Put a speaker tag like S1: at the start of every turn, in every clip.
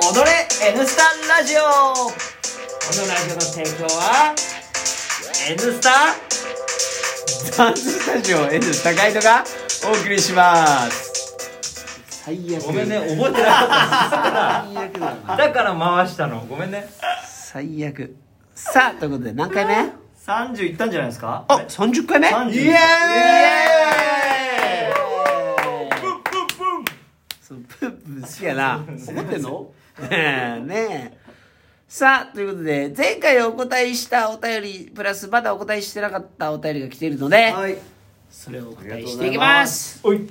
S1: 踊れ N スタラジオこのラジオの提供は N スタ
S2: ダンススタジオ N 高井戸がお送りします最悪
S1: ごめんね覚えてなかった
S2: 最悪だな
S1: だから回したのごめんね
S2: 最悪さあということで何回目
S3: 30いったんじゃないですか
S2: あ三30回目
S3: 30
S2: イエーイ
S3: イエ
S2: そうプンプン好きやな思ってんのねえねえさあということで前回お答えしたお便りプラスまだお答えしてなかったお便りが来ているので、
S3: はい
S2: それをお
S3: あ
S2: 答え
S3: りがと
S2: し
S3: うご
S2: て
S3: ざ
S2: いき
S3: い
S2: ま
S3: ますおい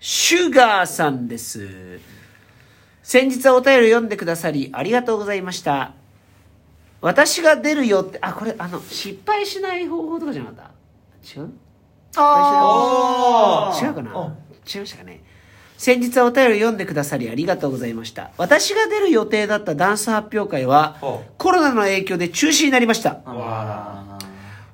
S2: シュガーさんです。先日はお便りを読んでくださりありがとうございました。私が出るよって、あ、これ、あの、失敗しない方法とかじゃなかった違う
S3: あー
S2: 違うかな違いましたかね先日はお便りを読んでくださりありがとうございました。私が出る予定だったダンス発表会は
S1: ほ、
S2: コロナの影響で中止になりました。
S3: あー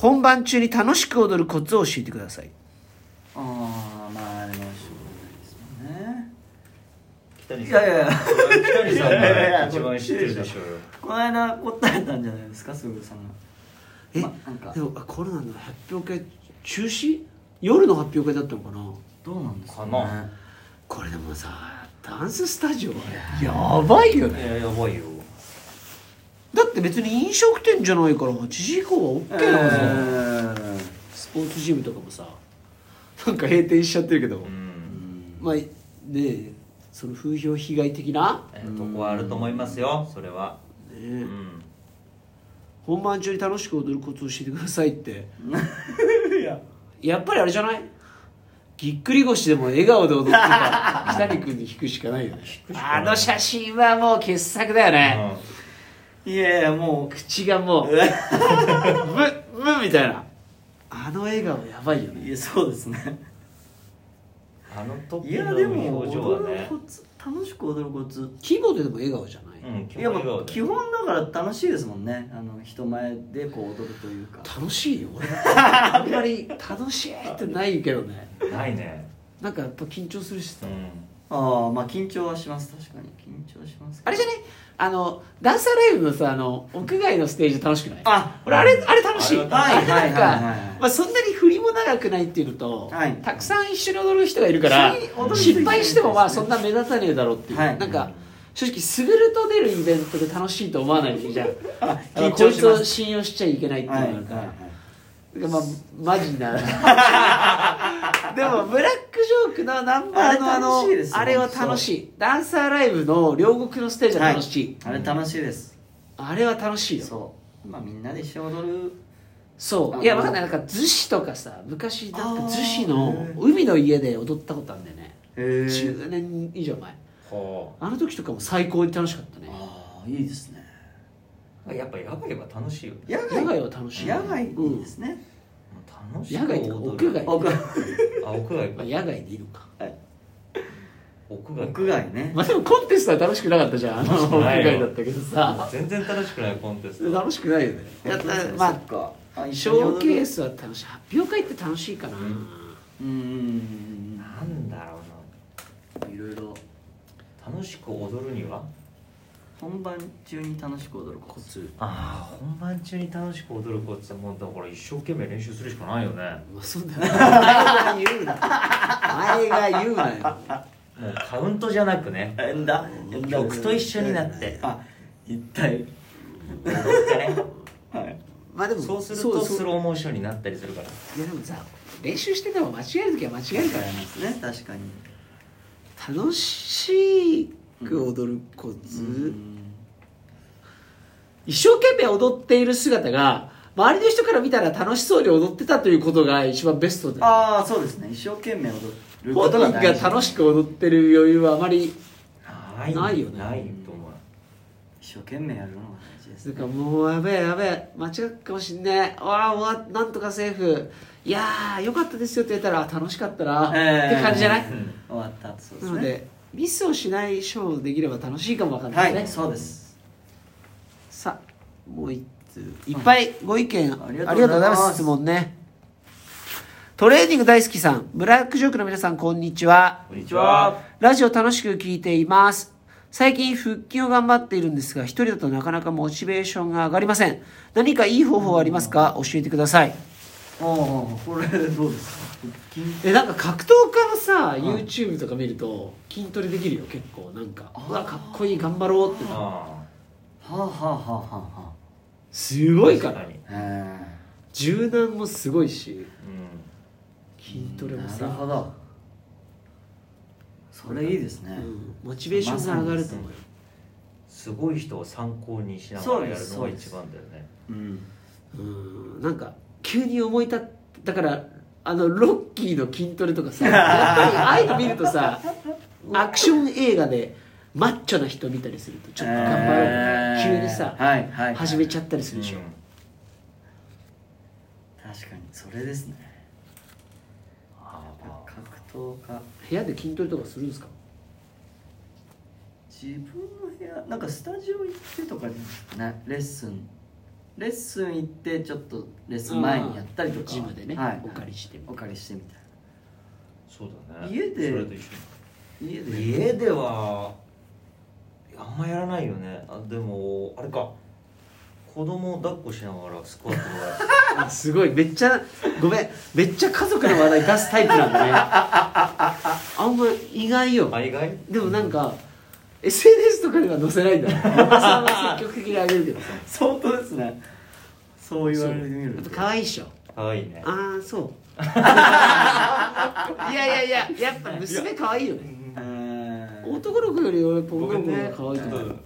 S2: 本番中に楽しく踊るコツを教えてください。
S3: あーまあでもしょうが
S1: 北
S3: ないですもんね
S1: 西
S3: いやいやいや
S1: 北西さん
S3: いやいやい
S1: が
S3: や
S1: 一番知ってるでしょうよ
S3: この間答えたんじゃないですかすぐさんが
S2: え、
S3: まなんか
S2: でもあコロナの発表会中止夜の発表会だったのかな
S3: どうなんですか
S1: かな
S3: ね
S2: これでもさダンススタジオやばいよ
S1: いややばいよ
S2: だって別に飲食店じゃないから8時以降は OK なはずだよ、
S3: えー
S2: スポーツジムとかもさなんか閉店しちゃってるけど、
S1: うん
S2: まあねえその風評被害的な、
S1: えーとこはあると思いますよそれは
S2: ねえ
S1: うん
S2: 本番中に楽しく踊るコツを教えてください って
S3: いや
S2: やっぱりあれじゃないぎっくり腰でも笑顔で踊ってた北に君に引くしかないよね
S1: くしかない
S2: あの写真はもう傑作だよね、
S3: いやいやも
S2: 口が もうブッブッみたいなあの笑顔やばいよ
S3: う
S2: ね
S3: いやそうですね
S1: あの時
S3: いや
S1: の
S3: でも
S1: 表情は
S3: 踊る
S1: ね
S3: コツ楽しく踊るコツ
S2: キーボードでも笑顔じゃない、
S1: うん
S3: いやもう
S1: 基
S3: 基
S1: 本
S3: 本だから楽しいですもんねあの人前でこう踊るというか
S2: 楽しいよ俺あんまり楽しいってないけどね
S1: ないね
S2: なんかやっぱ緊張するしさ、
S1: うん
S3: ああまあ緊張はします確かに緊張します
S2: あれじゃ
S3: ね
S2: ねあのダンサーライブのさあの屋外のステージ楽しくない
S3: あ
S2: 俺あれあれ楽しい
S1: あれ
S2: あれなん
S3: はいはいはいは
S2: か
S3: い
S2: まあそんなに振りも長くないっていうのと、
S3: はい
S2: たくさん一緒に踊る人がいるから
S3: 一緒に踊る人い
S2: 失
S3: る
S2: 敗してもまあそんな目立たねえだろうっていう、
S3: はい
S2: なんか正直すぐると出るイベントで楽しいと思わないじゃんあの
S3: 緊張します
S2: こいつを信用しちゃいけないっていう
S3: は
S2: の
S3: い
S2: が
S3: は
S2: あ
S3: い
S2: るから、
S3: は
S2: なんかまあマジ なでもブラックジョークのナンバーのあの
S3: あれ楽しいですよ
S2: あれは楽しいダンサーライブの両国のステージ
S3: い
S2: は楽しい、
S3: はあれ楽しいです
S2: あれは楽しいよ
S3: そうまあみんなで一緒に踊る
S2: そういやわかんないなんか逗子とかさ昔なんか
S3: あー
S2: 逗子の海の家で踊ったことあるんだよね
S3: へ
S2: 10年以上前
S1: ほ
S2: あの時とかも最高に楽しかったね
S3: ああいいですね
S1: うやっぱ野外は楽しいよ
S3: 野
S2: 野外
S3: 外
S2: は楽しい
S3: 野外いいですね
S1: 楽しい
S2: 野外とか屋外
S3: 屋外
S1: あ屋外
S2: ま
S1: か
S2: あ野外でいいのか
S1: 屋外
S3: 屋外ね
S2: まあでもコンテストは楽しくなかったじゃんあの
S1: 楽し
S2: 屋
S1: くないよ
S2: 外だったけどさ
S1: 全然楽しくないコンテスト
S2: 楽しくないよねだったらまあ
S3: か
S2: ショーケースは楽しい発表会って楽しいかな、
S1: うん
S3: うんうんうん
S1: なんだろう
S3: うんいろいろ
S1: な楽しく踊るには
S3: 本番中に楽しく踊るコツ
S1: ああ本番中に楽しく踊るコツもうだから一生懸命練習するしかないよね
S2: まあそうだよねお 前が言うなお前が言うなよ
S1: もうカウントじゃなくね
S3: えんだ
S1: 曲と一緒になって
S3: あ一体
S1: 踊ってね
S3: はい
S2: まあでも
S1: そうする
S2: そ
S1: と
S2: うそう
S1: スローモーションになったりするから
S2: いやでもさ練習してても間違える時は間違えるか
S3: 違いますね確かに
S2: ら楽しく踊るコツ、一生懸命踊っている姿が周りの人から見たら楽しそうに踊ってたということが一番ベストだよ
S3: ああそうですね一生懸命踊るこ
S2: 本
S3: と
S2: 人
S3: が
S2: が
S3: 大事
S2: 楽しく踊ってる余裕はあまり
S1: ない
S2: ないよね
S1: ないと思う
S3: 一生懸命やるのが大事です
S2: なんかもうやべえやべえ間違うかもしんねえわあわあなんとかセーフいやーよかったですよって言ったら楽しかったな、
S3: えー
S2: って感じじゃない、
S1: うん
S3: 終わった後そうで
S2: な
S3: す
S2: の
S3: ね
S2: でミスをしないショーできれば楽しいかもわかんな
S3: はい
S2: ね、
S3: いそうです
S2: さあもう一通いっぱいご意見、
S3: ん
S2: ありがとうございます質問ねトレーニング大好きさんブラックジョークの皆さんこんにちは
S1: こんにちは
S2: ラジオ楽しく聞いています
S4: 最近腹筋を頑張っているんですが、一人だとなかなかモチベーションが上がりません。何かいい方法はありますか教えてください。
S3: ああこれどうですか腹筋
S2: えなんか格闘家のさ YouTube とか見ると筋トレできるよ結構なんかうわかっこいい頑張ろうってな
S1: あ
S3: はあはあはあはあは
S2: すごいから
S1: 確かに
S3: あへ
S2: 柔軟もすごいし
S1: う
S2: 筋
S3: え
S2: トレも
S3: な
S2: さ
S3: るほどそれいいですね、
S2: うんモチベーションが上がると思うよ
S1: んすごい人を参考にしながらやるの
S3: そ
S1: が
S3: うです
S1: 一番だよね
S3: うん
S2: うんなんか急に思い立っだからあのロッキーの筋トレとかさやっぱりああいうの見るとさアクション映画でマッチョな人見たりするとちょっと頑張ろう、
S3: えー
S2: 急にさ、
S3: はいはいはい
S2: 始めちゃったりするでしょ、
S1: う
S3: 確かにそれですね格闘家
S2: 部屋で筋トレとかするんですか
S3: 自分の部屋なんかスタジオ行ってとかじゃないですかねレッスンレッスン行ってちょっとレッスン前にやったりとか
S2: ジムでね、
S3: はい、
S2: お借りして
S3: お借りしてみたい
S1: そうだね
S3: 家で
S1: それと一緒
S3: な家で
S1: に家ではあんまやらないよねあでもあれか子供を抱っこしながらスクワットが
S2: あすごいめっちゃごめんめっちゃ家族の話題出すタイプなんだね あんま意外よ
S1: 海外
S2: でもなんか SNS とかでは載せ ないんだおばさんは積極的に上げるけどさ
S3: 相当ですねそう言われてみる
S2: やっ
S3: と
S2: ぱ可愛いっしょ
S1: 可愛いね
S2: ああそう いやいやいややっぱ娘可愛いよね
S3: うん
S2: 男の子より俺ポ
S1: ご
S2: ケ
S1: め
S2: モ
S1: ん
S2: ン
S1: ね
S2: が可愛い
S1: ちょ
S2: と
S1: っ
S2: 思
S1: と
S2: う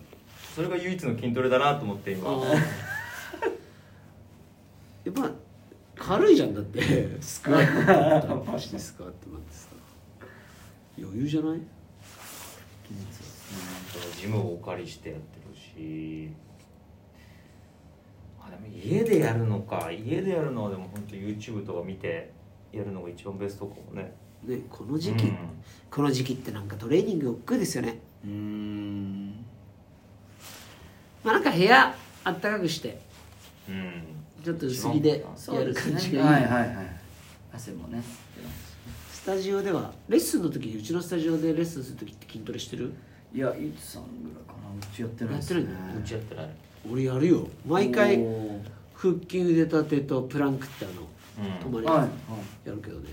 S1: それが唯一の筋トレだなと思って今
S2: あーやっぱ軽いじゃんだってスクワットだったらパシでスクワットなんてさ余裕じゃない
S1: ジムをお借りしてやってるしあでも家でやるのか家でやるのはでも本当 YouTube とか見てやるのが一番ベストかもね
S2: ねこの時
S1: う
S2: 期、
S1: ん
S2: この時期ってなんかトレーニング億劫ですよね
S3: うん
S2: まあなんか部屋あったかくして
S1: うん
S2: ちょっと薄着で
S3: そ
S2: や
S3: う
S2: る
S3: ですね
S2: 感じがいい、
S3: はいはいはい汗もね
S2: スタジオではレッスンの時うちのスタジオでレッスンする時って筋トレしてる
S3: いやいつさんぐらいかなうちやってないです
S2: やって
S1: うちやってない
S2: 俺やるよ毎回
S3: おー
S2: 腹筋腕立てとプランクってあの、
S1: うん
S2: 止まれる
S3: はいは
S2: や
S3: い
S2: つやるけどね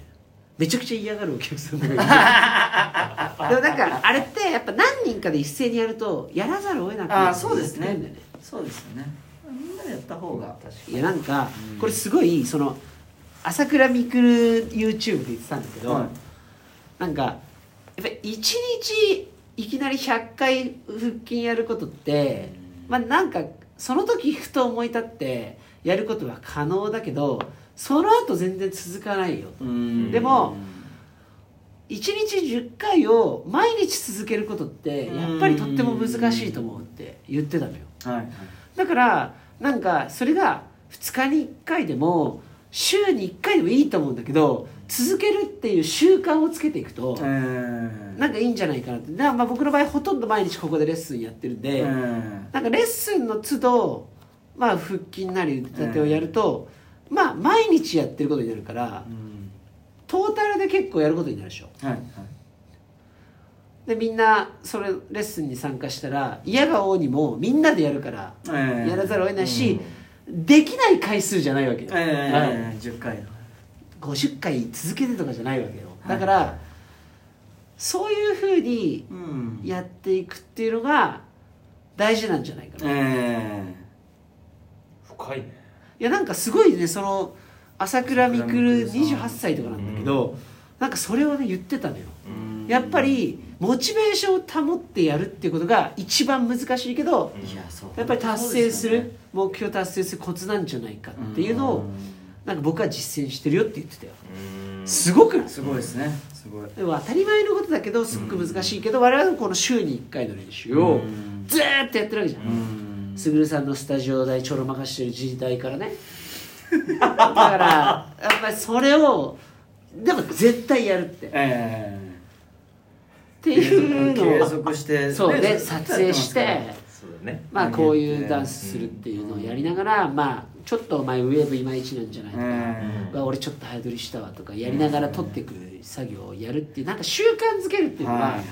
S2: めちゃくちゃ嫌がるお客さんがい るでもなんかあれってやっぱ何人かで一斉にやるとやらざるを得なくな
S3: あ
S2: る
S3: あそうですね
S2: んだよね
S3: そうですよねみんなでやった方が確か
S2: いやなんかこれすごいその朝倉未来 YouTube で言ってたんだけど、
S3: はい
S2: なんかやっぱり一日いきなり100回腹筋やることってまあなんかその時ふと思い立ってやることは可能だけどその後全然続かないよと
S3: に
S2: でも1日10回を毎日続けることってやっぱりとっても難しいと思うって言ってたのよ
S3: はいはい
S2: だからなんかそれが2日に1回でも週に1回でもいいと思うんだけど続けるっていう習慣をつけていくと、
S3: えー
S2: なんかいいんじゃないかなってだからまあ僕の場合ほとんど毎日ここでレッスンやってるんで、
S3: えー
S2: なんかレッスンの都度、まあ、腹筋なり腕立てをやると、まあ毎日やってることになるから
S3: うん
S2: トータルで結構やることになるでしょ
S3: はいはい
S2: でみんなそれレッスンに参加したら嫌が応にもみんなでやるから
S3: えー
S2: やらざるを得ないし、できない回数じゃないわけよ、
S3: えー
S2: はい
S3: えー10回
S2: 50回続けてとかじゃないわけよだから、そういうふうに
S3: うん
S2: やっていくっていうのが大事なんじゃないかな、い
S3: え
S1: 深いね
S2: やなんかすごいねその朝倉未来
S3: 朝倉未来さ
S2: 28
S3: ん
S2: 歳とかなんだけど、なんかそれをね言ってたのよ
S3: ーうん
S2: やっぱりモチベーションを保ってやるっていうことが一番難しいけど
S3: いやそう
S2: やっぱり達成する
S3: そうで
S2: 目標達成するコツなんじゃないか
S3: よね
S2: っていうのを
S3: ん
S2: なんか僕は実践してるよって言ってたよ
S1: うん
S2: すごくない
S3: すごいですねすごい
S2: でも当たり前のことだけどすごく難しいけど、我々のこの週に1回の練習を
S3: うん
S2: ずーっとやってるわけじゃん、
S3: うん
S2: すぐるさんのスタジオ代ちょろまかしてる時代からねだからやっぱりそれをでも絶対やるってっ
S3: えー
S2: ていう
S3: 継
S2: のを
S3: 続して
S2: そうね
S3: ねずっ
S2: 撮
S3: とや
S2: 影
S3: ってます
S2: し
S3: から
S2: て
S1: そうだね
S2: まあこういうダンスするっていうのをやりながら、まあちょっとお前ウェーブいまいちなんじゃないとか、
S3: うん
S2: うわ俺ちょっと早撮りしたわとかやりながら撮っていく作業をやるっていうなんか習慣づけるっていうの
S3: はい
S2: が
S3: はい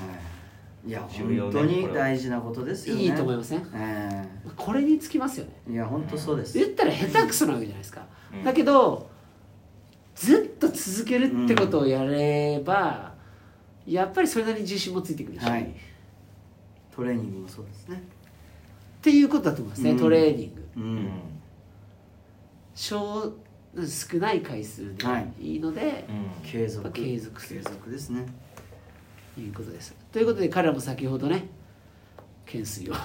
S3: いや
S1: 重要
S3: 本
S1: ね
S3: 当
S1: こ
S3: に
S1: れは
S3: 大事なことですよね
S2: いいと思いません
S3: え
S2: これにつきますよね
S3: えいや本当そうです
S2: 言ったら下手くそなわけじゃないですか、
S1: うん
S2: だけどずっと続けるってことをやれば、やっぱりそれなりに自信もついてくるし、
S3: はい
S2: っ
S3: トレーニングもそうですね
S2: ていうことだと思いますね、
S3: うん
S2: トレーニング
S3: う
S1: うん
S3: ん
S2: 少少ない回数でいいので、
S1: うん
S3: 継続
S2: 継続す
S3: 継
S2: る
S3: 続ですね
S2: ということですということで彼らも先ほどね懸垂を
S3: や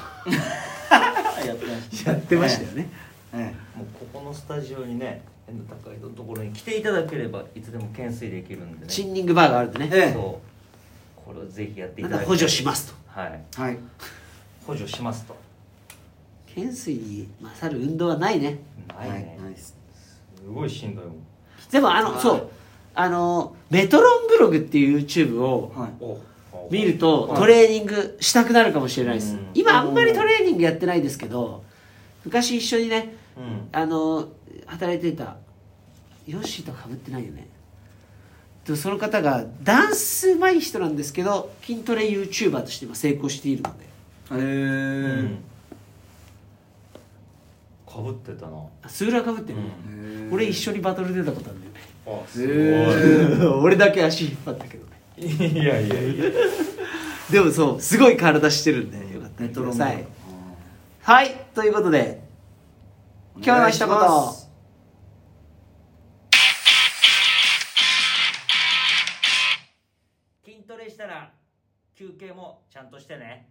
S3: ってま し
S2: やってましたよ ね、
S3: たえ
S1: もうここのスタジオにね円の高いところに来ていただければいつでも懸垂できるんでね
S2: チンニングバーがあるんでね、
S3: ええ
S1: そうこれをぜひやってい
S2: な
S1: た
S2: ん
S1: だ
S2: だ
S1: きたい
S2: 補助しますと
S1: はい
S3: えはい
S1: 補助しますと
S2: 懸垂に勝る運動はないね
S1: ないね、
S3: ナイス
S1: すごいしんどいもん
S2: でもあの、
S3: はい
S2: そうあのメトロンブログっていう YouTube を
S3: はい
S1: お
S2: 見るとト
S1: ー
S2: レーニングしたくなるかもしれないです、
S1: うん
S2: 今あんまりトレーニングやってないですけど昔一緒にね
S1: うん
S2: あの働いてたヨッシーとかぶってないよねでもその方がダンスうまい人なんですけど筋トレ YouTuber として今成功しているので
S3: え
S1: うん
S3: ー
S1: かぶってたな
S2: あスーラかぶってるね、
S1: うん
S3: え
S2: 俺一緒にバトル出たことあるんだよね
S1: あす
S3: へ
S2: 俺だけ足引っ張ったけどね
S1: ごいいやいやいや
S2: でもそうすごい体してるんでよかったら
S3: メ
S2: 見て
S3: ト
S2: く
S3: ロ
S2: だ
S3: ン
S2: さ
S3: ー
S2: いはいということで今日の一言
S1: 筋トレしたら休憩もちゃんとしてね